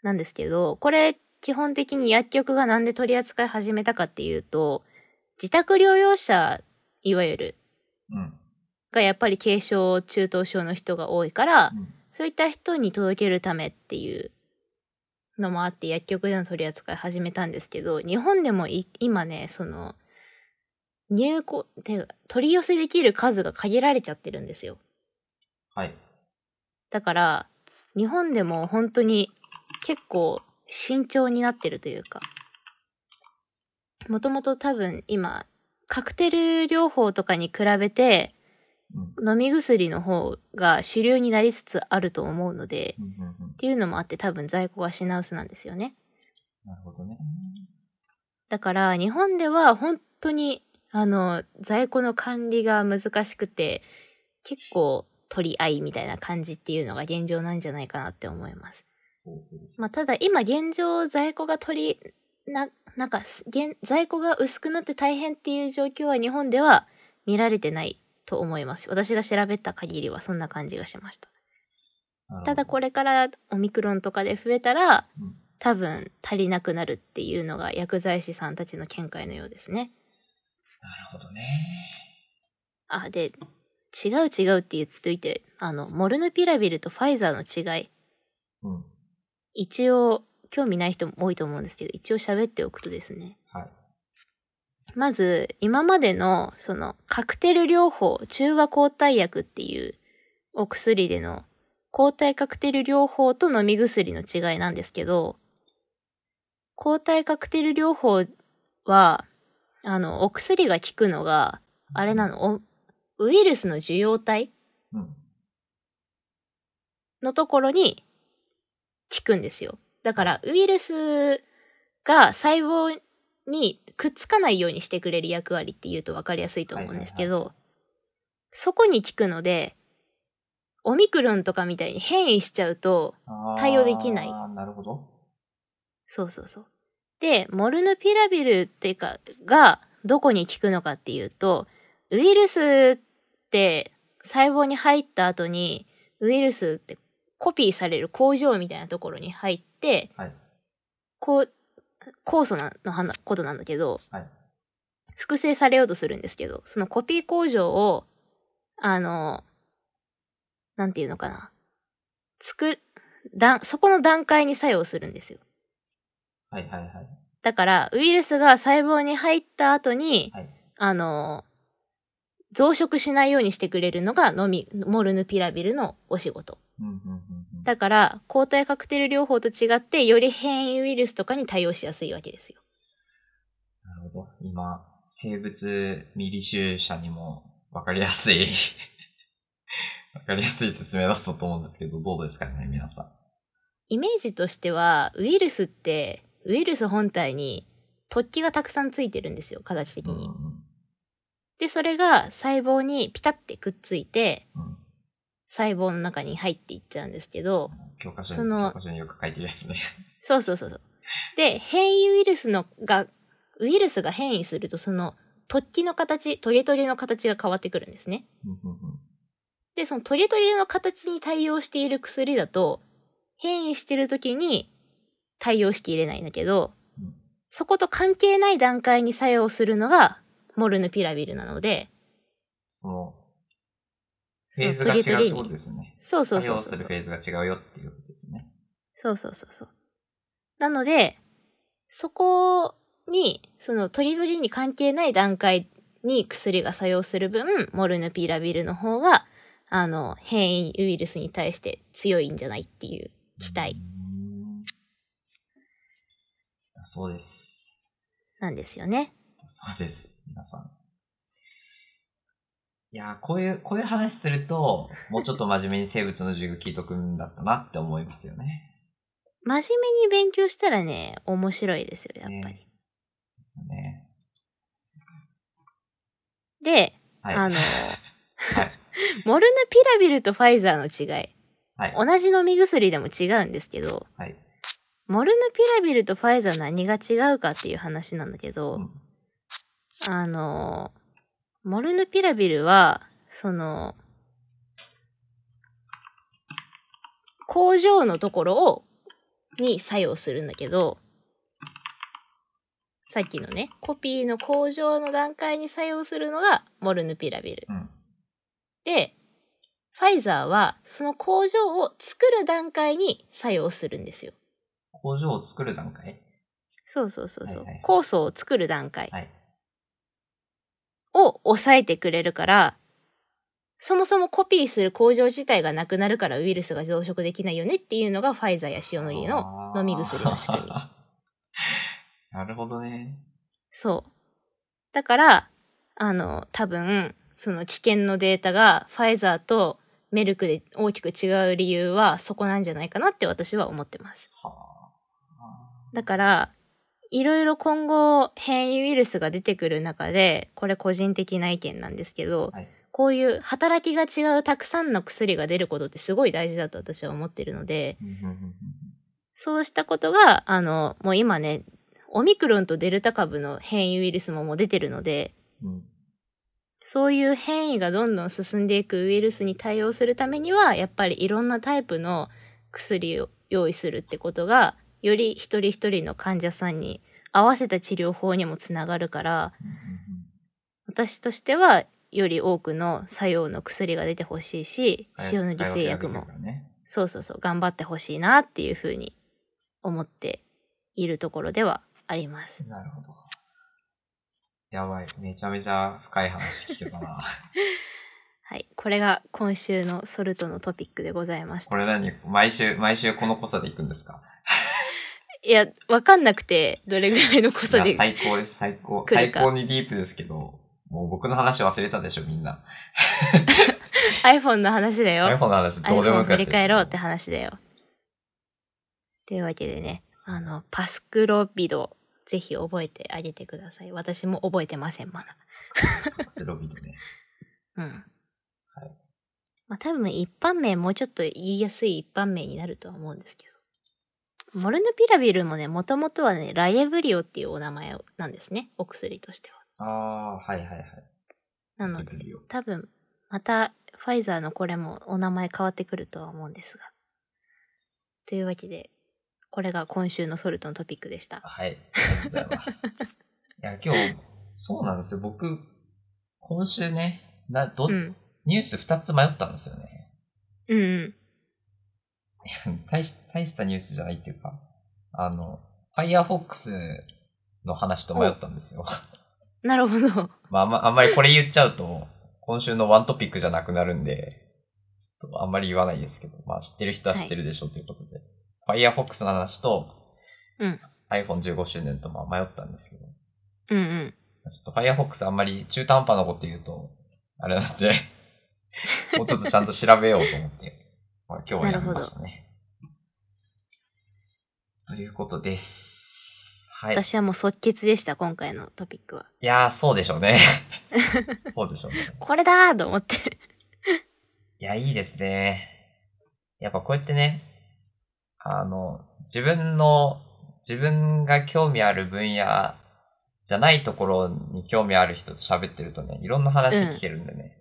なんですけど、これ基本的に薬局がなんで取り扱い始めたかっていうと、自宅療養者、いわゆる、
うん。
がやっぱり軽症、中等症の人が多いから
う、ん
そういった人に届けるためっていうのもあって薬局での取り扱い始めたんですけど、日本でもい今ね、その、入庫、てか取り寄せできる数が限られちゃってるんですよ。
はい。
だから、日本でも本当に結構慎重になってるというか、もともと多分今、カクテル療法とかに比べて、
うん。
飲み薬の方が主流になりつつあると思うので、
うんうんうん
っていうのもあって多分在庫が品薄なんですよね。
なるほどね。
だから日本では本当にあの在庫の管理が難しくて結構取り合いみたいな感じっていうのが現状なんじゃないかなって思います。
ほうほう
まあただ今現状在庫が取り、な、なんかす現在庫が薄くなって大変っていう状況は日本では見られてないと思います。私が調べた限りはそんな感じがしました。
なるほど
ただこれからオミクロンとかで増えたら
うん
多分足りなくなるっていうのが薬剤師さんたちの見解のようですね。
なるほどね。
あ、で、違う違うって言っといて、あの、モルヌピラビルとファイザーの違い、
うん。
一応、興味ない人も多いと思うんですけど、一応喋っておくとですね。
はい。
まず、今までの、その、カクテル療法、中和抗体薬っていうお薬での、抗体カクテル療法と飲み薬の違いなんですけど、抗体カクテル療法は、あの、お薬が効くのが、あれなの、おウイルスの受容体
うん。
のところに効くんですよ。だから、ウイルスが細胞にくっつかないようにしてくれる役割って言うと分かりやすいと思うんですけど、そこに効くので、オミクロンとかみたいに変異しちゃうと、
あー
対応できない
なるほど。
そうそうそう。で、モルヌピラビルっていうか、がどこに効くのかっていうと、ウイルスって細胞に入った後に、ウイルスってコピーされる工場みたいなところに入って、
はい。
こう、酵素なの話ことなんだけど、
はい。
複製されようとするんですけど、そのコピー工場を、あの、なんていうのかな。作る、だん、そこの段階に作用するんですよ。
はいはいはい。
だから、ウイルスが細胞に入った後に、
はい。
あの、増殖しないようにしてくれるのが、のみ、モルヌピラビルのお仕事。
うんうんうんうん。
だから、抗体カクテル療法と違って、より変異ウイルスとかに対応しやすいわけですよ。
なるほど。今、生物未履修者にも分かりやすい、 (laughs) 分かりやすい説明だったと思うんですけど、どうですかね、皆さん。
イメージとしては、ウイルスって、ウイルス本体に突起がたくさんついてるんですよ、形的
うん
に。で、それが細胞にピタってくっついて、
うんうん
細胞の中に入っていっちゃうんですけど、
教科書に
その
教科書によく書いてるやつね。 (laughs)
そうそうそうそう。で、変異ウイルスのが、ウイルスが変異すると、その突起の形、トゲトゲの形が変わってくるんですね。
うんうんうん
で、そのトゲトゲの形に対応している薬だと、変異してる時に対応しきれないんだけど
うん、
そこと関係ない段階に作用するのが、モルヌピラビルなので、
その、フェーズが違うってことですよね。
そうそう
作
そう
用
そ
す
う
るフェーズが違うよっていうことですね。
そうそうそうそう。なので、そこに、その、トリドリに関係ない段階に薬が作用する分、モルヌピラビルの方が、あの、変異ウイルスに対して強いんじゃないっていう期
う
待
ん。だそうです。
なんですよね。
だそうです。皆さん。いやー、こういう、こういう話すると、もうちょっと真面目に生物の授業聞いとくんだったなって思いますよね。
真面目に勉強したらね、面白いですよ、やっぱり。
ねですよね。
で、
はい。
あの、
はい。
(laughs) モルヌピラビルとファイザーの違い。
はい。
同じ飲み薬でも違うんですけど、
はい。
モルヌピラビルとファイザー何が違うかっていう話なんだけど、
うん
あの、モルヌピラビルは、その、工場のところを、に作用するんだけど、さっきのね、コピーの工場の段階に作用するのがモルヌピラビル。
うん。
で、ファイザーはその工場を作る段階に作用するんですよ。
工場を作る段階
そうそうそうそう。
はいはいはい
酵素を作る段階
はい。
を抑えてくれるから、そもそもコピーする工場自体がなくなるからウイルスが増殖できないよねっていうのがファイザーや塩のりの。飲み薬の仕組み
あー (laughs) なるほどね。
そう。だから、あの、多分、その治験のデータがファイザーとメルクで大きく違う理由はそこなんじゃないかなって私は思ってます。
はあ。
だから、いろいろ今後変異ウイルスが出てくる中で、これ個人的な意見なんですけど、
はい
こういう働きが違うたくさんの薬が出ることってすごい大事だと私は思ってるので、
うんうんうんうん
そうしたことが、あの、もう今ね、オミクロンとデルタ株の変異ウイルスももう出てるので、
うん
そういう変異がどんどん進んでいくウイルスに対応するためには、やっぱりいろんなタイプの薬を用意するってことが、より一人一人の患者さんに合わせた治療法にもつながるから、
うんうん
私としては、より多くの作用の薬が出てほしいし、塩抜き製薬も、。そうそうそう、頑張ってほしいなっていうふうに思っているところではあります。
なるほど。やばい。めちゃめちゃ深い話聞けたな。
はい。これが今週のソルトのトピックでございました
こ。れ何毎週、毎週この濃さで行くんですか
いや、わかんなくて、どれぐらいの濃さ
い
で
や。最高です、最高。
来る
最
か
高にディープですけど、もう僕の話忘れたでしょ、みんな。
iPhone の話だよ。
iPhone の話どうでも
iPhone
よかっ
を
たで
振り
す
返ろうって話だよ。というわけでね、あの、パスクロビド、ぜひ覚えてあげてください。私も覚えてません、まだ。
スロビドね。
うん。まあ多分一般名もうちょっと言いやすい一般名になるとは思うんですけど。モルヌピラビルもね、もともとはね、ライエブリオっていうお名前なんですね。お薬としては。
(laughs) ああ、はいはいはい。
なの
ラ
で
イエブリオ、
多分、また、ファイザーのこれもお名前変わってくるとは思うんですが。というわけで、これが今週のソルトのトピックでした。
はい。ありがとうございます。いや、今日、そうなんですよ。僕、今週ね、な、ど、
うん。
ニュース2つ迷ったんですよね。 (laughs)
うんうん。
大し、大したニュースじゃないっていうか、あの、Firefox の話と迷ったんですよ。
な
(laughs)
るほど。
まあ、あんま、あんまりこれ言っちゃうと、今週のワントピックじゃなくなるんで、ちょっとあんまり言わないですけど、まあ知ってる人は知ってるでしょうということで。Firefox の話と、
うん。
iPhone15 周年とまあ迷ったんですけど、
うんうん。
ちょっと Firefox あんまり中途半端なこと言うと、あれなん
(laughs)
で、もうちょっとちゃんと調べようと思って、まあ、今日はやめましたね。ということです。はい。い
私はもう即決でした、今回のトピックは。
やー、そうでしょう
(laughs)
ね。そうでしょうね。
これだーと
(laughs)
思って。
いや、いいですね。やっぱこうやってね、あの、自分の、自分が興味ある分野じゃないところに興味ある人と喋ってるとね、いろんな話聞けるんでね、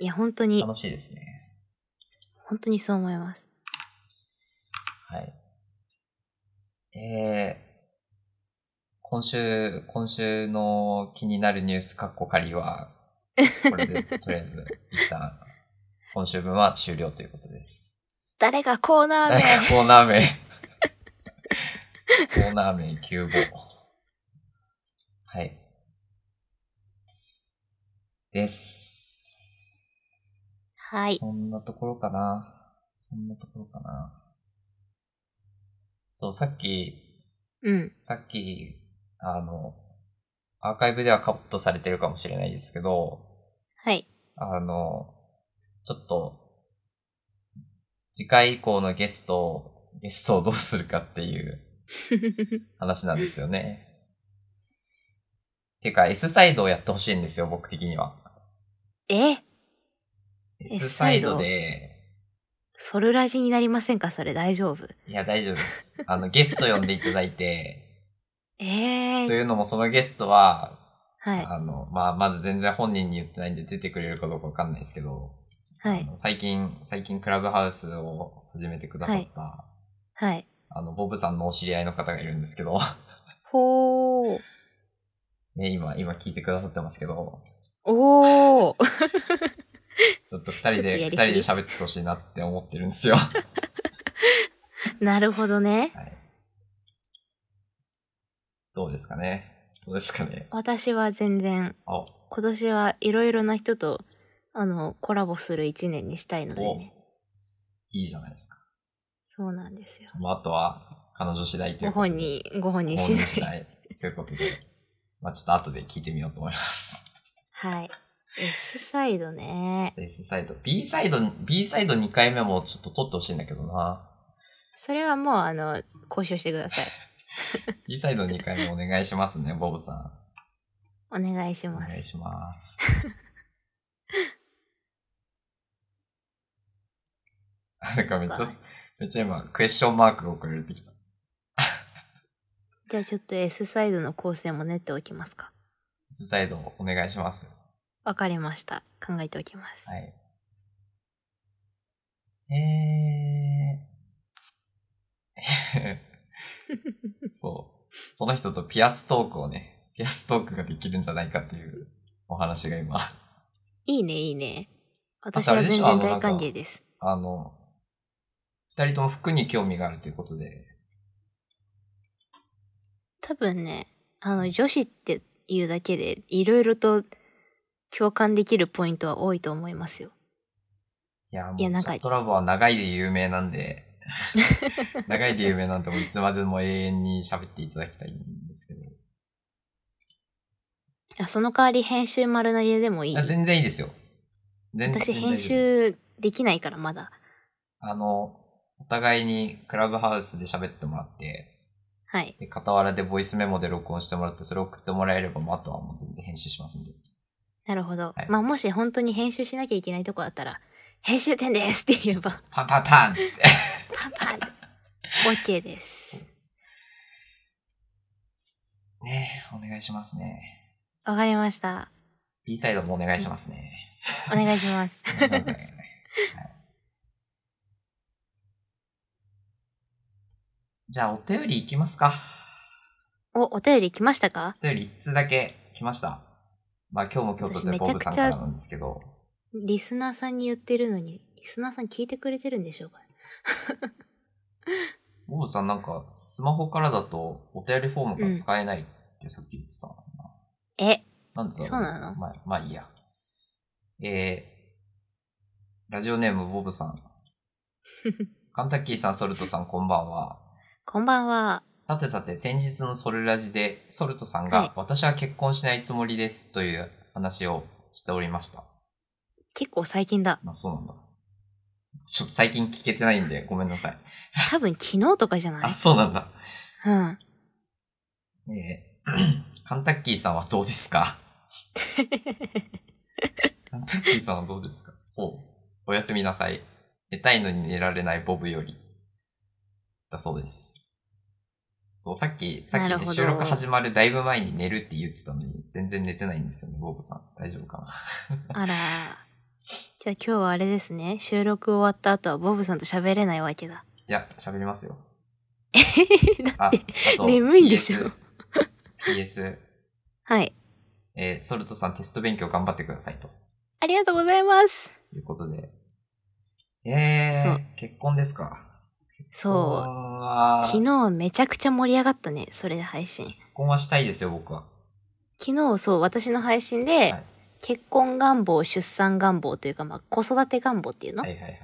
いや、本当に、
楽しいですね。
本当にそう思います。
はい。えー、今週、今週の気になるニュース、カッコ仮は、これで、とりあえず、一旦、今週分は終了ということです。
誰がコーナー
なん
名
かコーナー名。コーナー名9号。はい。です。
はい。
そんなところかな。そんなところかな。そう、さっき、
うん。
さっき、あの、アーカイブではカットされてるかもしれないですけど、
はい。 (laughs)
あの、ちょっと、次回以降のゲストを、ゲストをどうするかっていう話なんですよね。てか、S サイドをやってほしいんですよ、僕的には。
え
S サイドで、
ソルラジになりませんかそれ大丈夫。
いや、大丈夫です。あの、ゲスト呼んでいただいて、
え
と
え
いうのもそのゲストは、
はい。
あの、まあ、まず全然本人に言ってないんで出てくれるかどうかわかんないですけど、
は
あ
い。
の最近、最近クラブハウスを始めてくださった、
はい。
あの、ボブさんのお知り合いの方がいるんですけど、 (laughs)
ほー。
ね、今、今聞いてくださってますけど、
おー。
ちょっと二人
ちょ
で、
っ
二
とや
人
り
です喋ってほしいなって思ってるんですよ。は
なるほどね。
い。どうですかねどうですかね
私は全然、
あ、
今年はいろいろな人と、あの、コラボする一年にしたいので
お
ね。、
いいじゃないですか。
そうなんですよ。
まあ、あとは、彼女次第とい
ご
うことで。
本人、ご本人
本
し
人
な
次
い。
第ということで、まあ、ちょっと後で聞いてみようと思います。
(laughs) はい。S サイドね。
S サイド。B サイド、B サイド2回目もちょっと撮ってほしいんだけどな。
それはもう、あの、交渉してください。
B サイド2回目お願いしますね、ボブさん。
お願いし
お
ま
願い
す。
し (laughs) ます。なんかめっちゃ、めっちゃ今、クエスチョンマークが送られてきた。
じゃあちょっと S サイドの構成も練っておきますか。
S サイドお願いします。
わかりました。考えておきます。
はい。え (laughs) ー。そう。その人とピアストークをね、ピアストークができるんじゃないかっていうお話が今。
いいね、いいね。私
とあ
は
れでし
全
ょあのな
然大
んか
歓迎です。
あの、二人とも服に興味があるということで、
多分ね、あの、女子っていうだけで、いろいろと共感できるポイントは多いと思いますよ。
いや、もう
い
チ
や
ャ
なんか
ットラボは長いで有名なんで、 (laughs) 長いで有名なんで、もういつまでも永遠に喋っていただきたいんですけど。い
あその代わり編集丸投げでもいい
や全然いいですよ。全然
私
全然大丈
編
夫です
集できないからまだ。
あの、お互いにクラブハウスで喋ってもらって、
はい。
で、傍らでボイスメモで録音してもらって、それを送ってもらえれば、もうあとはもう全部編集しますんで。
なるほど。
はい
まあ、もし本当に編集しなきゃいけないとこだったら、編集点ですって言え
そう
ば
そう、パンパンパンっつって。
パンパンって OK です。
ねえお願いしますね。
わかりました。
B サイドもお願いしますね。
お願いします。
(laughs) じゃあ、お便りいきますか。
お、お便り来ましたか
お便り1通だけ来ました。まあ、今日も今日とで
私
ボブさん
めちゃくちゃ
からなんですけど。
リスナーさんに言ってるのに、リスナーさん聞いてくれてるんでしょうか
ボブさんなんか、スマホからだとお便りフォームが使えないってさっき言ってたのか
え、
な。なんでだろ
そうなの
まあ、まあいいや。えー、ラジオネームボブ
(laughs)
さん。カンタッキーさん、ソルトさん、こんばんは。
こんばんは。
さてさて、先日のソルラジで、ソルトさんが、
はい
私は結婚しないつもりですという話をしておりました。
結構最近だ。
まあそうなんだ。ちょっと最近聞けてないんで、ごめんなさい。
多分昨日とかじゃない
あ、そうなんだ。
うん。
えーカンタッキーさんはどうです
(laughs)
かカンタッキーさんはどうですかお、おやすみなさい。寝たいのに寝られないボブより。だそうです。そう、さっき、さっき、
なる
ね、
ほど
収録始まるだいぶ前に寝るって言ってたのに、全然寝てないんですよね、ボブさん。大丈夫かな
あら。じゃあ今日はあれですね。収録終わった後はボブさんと喋れないわ
(laughs)
けだ。
いや、喋りますよ。
だ
あ、あ
って、
と
(laughs) 眠いんでしょ
PS。PS、
はい。
えーソルトさんテスト勉強頑張ってくださいと。
ありがとうございます。
いうことで。え
そ
ー
う、
結婚ですか。
そう。
う
昨日めちゃくちゃ盛り上がったね。それで配信。
結婚はしたいですよ、僕は。
昨日そう、私の配信で、
はい
結婚願望、出産願望というか、まあ、子育て願望っていうの、
はいはいはい。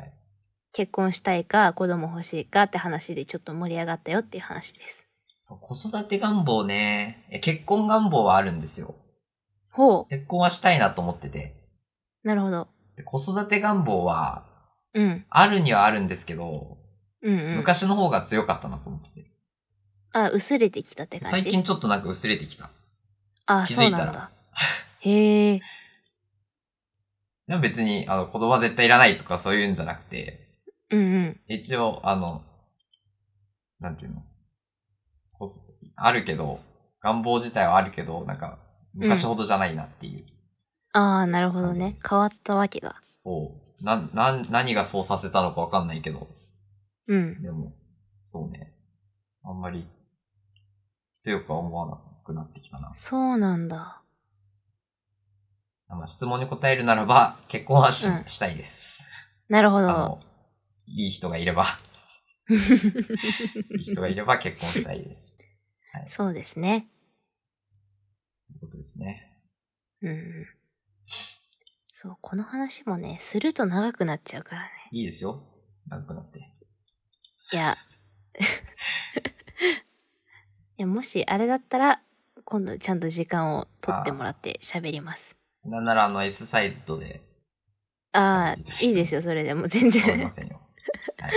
結婚したいか、子供欲しいかって話でちょっと盛り上がったよっていう話です。
そう、子育て願望ね。いや結婚願望はあるんですよ。
ほ
結婚はしたいなと思ってて。
う。なるほど。
で子育て願望は、
うん。
あるにはあるんですけど、
うんうん。
昔の方が強かったなと思ってて。
あ、薄れてきたって感
最
じ。
近ちょっとなんか薄れてきた。
あ、
気
そ
づ
う
いたら
なんだ。へえ。
でも別に、あの、子供は絶対いらないとかそういうんじゃなくて、
うんうん。
一応、あの、なんていうのこすあるけど、願望自体はあるけど、なんか、昔ほどじゃないなっていう。
ああ、なるほど
感じ
ね
で。す
変わったわけだ。
そう。なん、なん、何がそうさせたのかわかんないけど、
うん。
でも、そうね。あんまり、強くは思わなくなってきたな。
そうなんだ。
まあ、質問に答えるならば、結婚はし,、
うん
したいです。
なるほ
あ
ど。
の、いい人がい
(laughs)
れば、いい人がいれば結婚したいです。
そうですね。
ということですね。
うん。そう、この話もね、すると長くなっちゃうからね。
いいですよ。長くなって。
い
(laughs)
や。いや、もしあれだったら、今度ちゃんと時間を取ってもらって喋ります。
なんならあの S サイドで、
ああ
そうです
ー、いいですよ、それでもう全
わかりま
然。 (laughs)
せんよ。はい。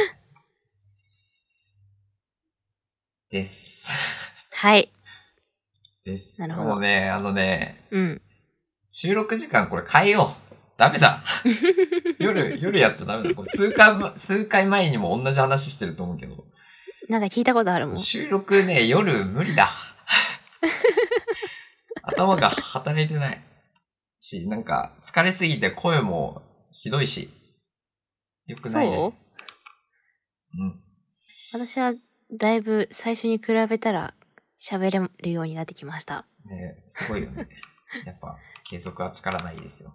です。
はい。
です。
なるほど
もうね、あのね、
うん。
収録時間これ変えよう。ダメ
(laughs)
だ。夜、夜やっちゃダメだ。これ数回も、数回前にも同じ話してると思うけど。
なんか聞いたことあるもん。
収録ね、夜無理
(laughs)
だ。頭が働いてない。し、なんか、疲れすぎて声もひどいし。よくないね。
そう
うん。
私はだいぶ最初に比べたら喋れるようになってきました。
ねすごいよね。やっぱ、継続は力ないですよ。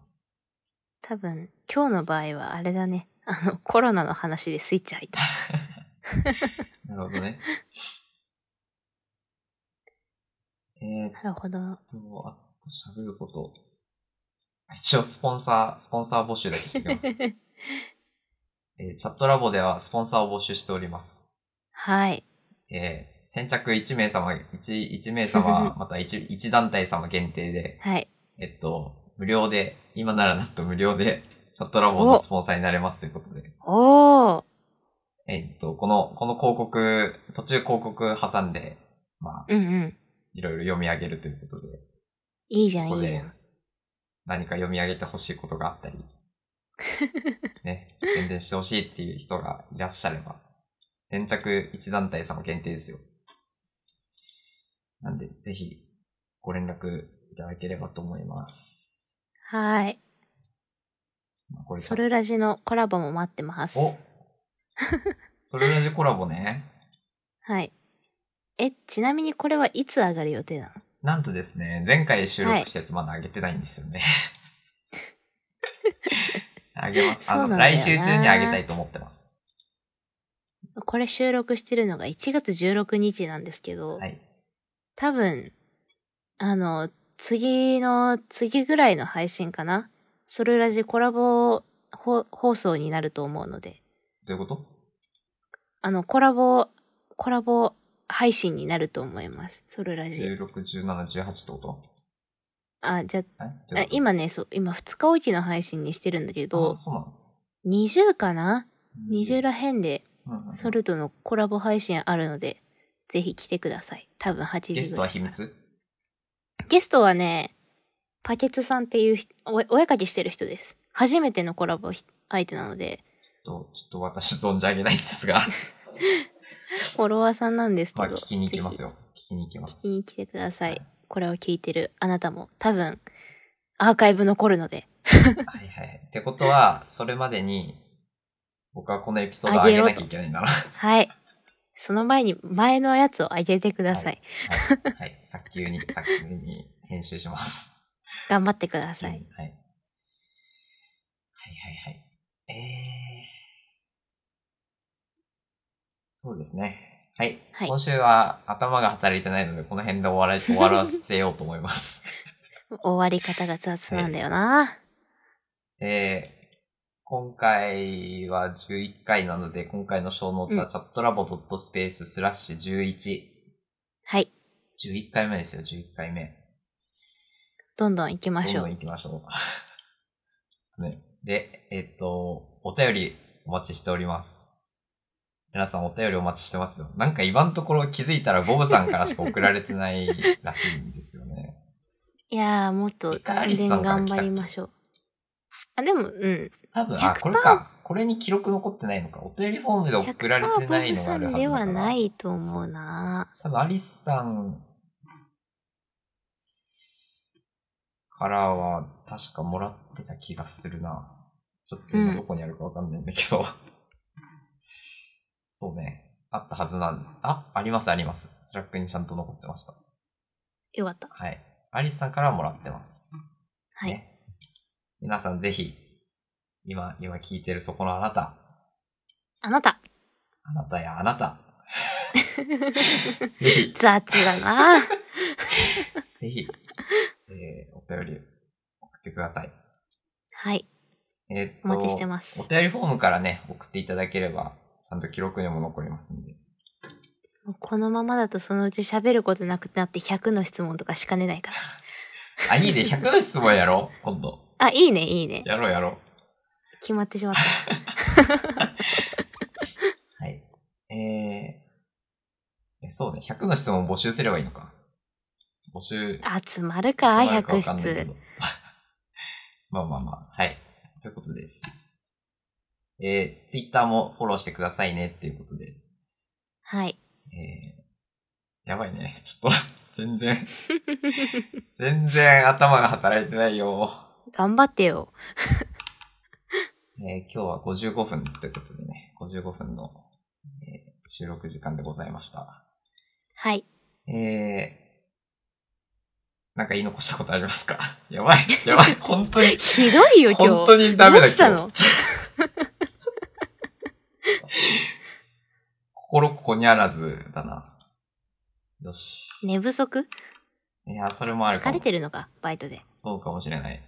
多分、今日の場合はあれだね。あの、コロナの話でスイッチ
(laughs)
入った。
なるほどね。えー、
なるほど。
と、あと喋ること。一応、スポンサー、スポンサー募集だけしてくだ
(laughs)
さい。えーチャットラボではスポンサーを募集しております。
はい。
えー先着1名様、1、一名様、また 1, 一団体様限定で、
はい。
えっと、無料で、今ならなんと無料で、チャットラボのスポンサーになれますということで。
おー。
えっと、この、この広告、途中広告挟んで、まあ、
うんうん。
いろいろ読み上げるということで、
いいじゃん、
ここ
いい
で
じゃん。
何か読み上げてほしいことがあったり、ね、宣伝してほしいっていう人がいらっしゃれば、先着1団体様限定ですよ。なんで、ぜひ、ご連絡いただければと思います。
はい。
まあこれ
ソルラジのコラボも待ってます。
おそれ同じコラボね。
はい。え、ちなみにこれはいつ上がる予定なの
なんとですね、前回収録したやつまだ上げてないんですよね。 (laughs) あ、げます。
そ
あ
うな
の、
んだよな
来週中にあげたいと思ってます。
これ収録してるのが1月16日なんですけど、
はい。
多分、あの、次の、次ぐらいの配信かなソルラジコラボほ放送になると思うので、
どういうこと
あの、コラボ、コラボ配信になると思います。ソルラジ。
?16、17、18ってこと
あ、じゃ
えどうい
あ
う、こと
今ね、そう、今2日おきの配信にしてるんだけど
あ、そうなの
20かな ?20 ら辺で
うんうん
ソルトのコラボ配信あるので、ぜひ来てください。多分8時ぐ
ゲ
らい。
ストは秘密
ゲストはね、パケツさんっていうひお、お絵かきしてる人です。初めてのコラボひ相手なので、 (laughs)
と、ちょっと私存じ上げないんですが。
フォロワーさんなんですけど。
はい、聞きに行きます
よ。
よ。聞きに行きます
聞き。に来てくださ
はい
い。これを聞いてるあなたも多分アーカイブ残るので。
はいはい。ってことは、それまでに、僕はこのエピソードを
あげ
上げ
ろと
なきゃいけないんだな。
はい。その前に前のやつを上げてください。
はいはい、はい。早急に、早急に編集します。
頑張ってください。
はい。はいはいはい。えー。そうですね。はい。
はい
今週は頭が働いてないので、この辺で終わ
(laughs)
ら終わらせようと思います。
終わり方が雑なんだよな。
えー、今回は11回なので、今回の小ノートはチャットラボ .space スラッシュ11。
はい。
11回目ですよ、11回目。
どんどん行きましょ
どんどん
う。
行きましょう。 (laughs) ね、で、えっ、と、お便りお待ちしております。皆さんお便りお待ちしてますよ。なんか今のところ気づいたらボブさんからしか送られてないらしいんですよ
(laughs)
ね。
いやー、もっと
イカ
宣
リス
伝
さんから
頑
来たっけ
張りましょう。あ、でも、うん。
多分、あ、
100%
これか。これに記録残ってないのか。お便りフォームで送られてないのがあるはずだから。
100%ボブさんではないと思うな。
多分アリスさんからは確かもらってた気がするな。ちょっと今どこにあるかわかんないんだけど。 (laughs) そうね。あったはずなんあ、ありますあります。スラックにちゃんと残ってました。
よかった。
はい。アリスさんからはもらってます。
はい。
ね皆さんぜひ、今、今聞いてるそこのあなた、
あなた、
あなたやあな
(laughs)
た。ぜひ、
雑だ
(laughs)
な。
ぜひ、えー、お便り送ってください。
はい。
えーっと、
お待ちしてます
お便りフォームからね、送っていただければ、ちゃんと記録にも残りますんで。
もうこのままだとそのうち喋ることなくなって100の質問とかしかねないから。
あ、いいね、100の質問やろ (laughs) う今度。
あ、いいね、いいね。
やろうやろ
決まってしまった。
(laughs) う。はい。えー、えそうね、100の質問募集すればいいのか。募集、
集まるか、
いつまでわかん
100
ないけ
室
ど。 (laughs) まあまあまあ、はい。ということです。えー、Twitter もフォローしてくださいね、っていうことで。
はい。
えー、やばいね。 (laughs) ちょっと、全然、全然頭が働いてないよ。
頑張ってよ。
えー、今日は55分ということでね、55分の、えー収録時間でございました。
はい。
えー、なんか言い残したことありますか (laughs) やばい、や
(laughs)
ばい、本当に、
ひどいよ、今日。
本当にダメだ
どうした
今
の
日心ここにあらずだな。よし。
寝不足
いや、それもあるか
疲
も
れ。てるのか、バイトで。
そうかもしれない。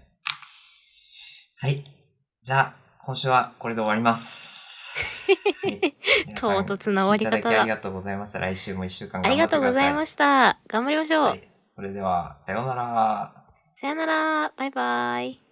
はい。じゃあ、今週はこれで終わります。
(laughs)
はい皆さん
唐突な終わり方だ
聞いていただきありがとうございました。来週も一週間
あ
頑
り
張
が
って
とう
く
ご
ださ
ざ
い。
いました。頑張りましょう。
はい。それでは、さようなら。
さよなら。バイバイ。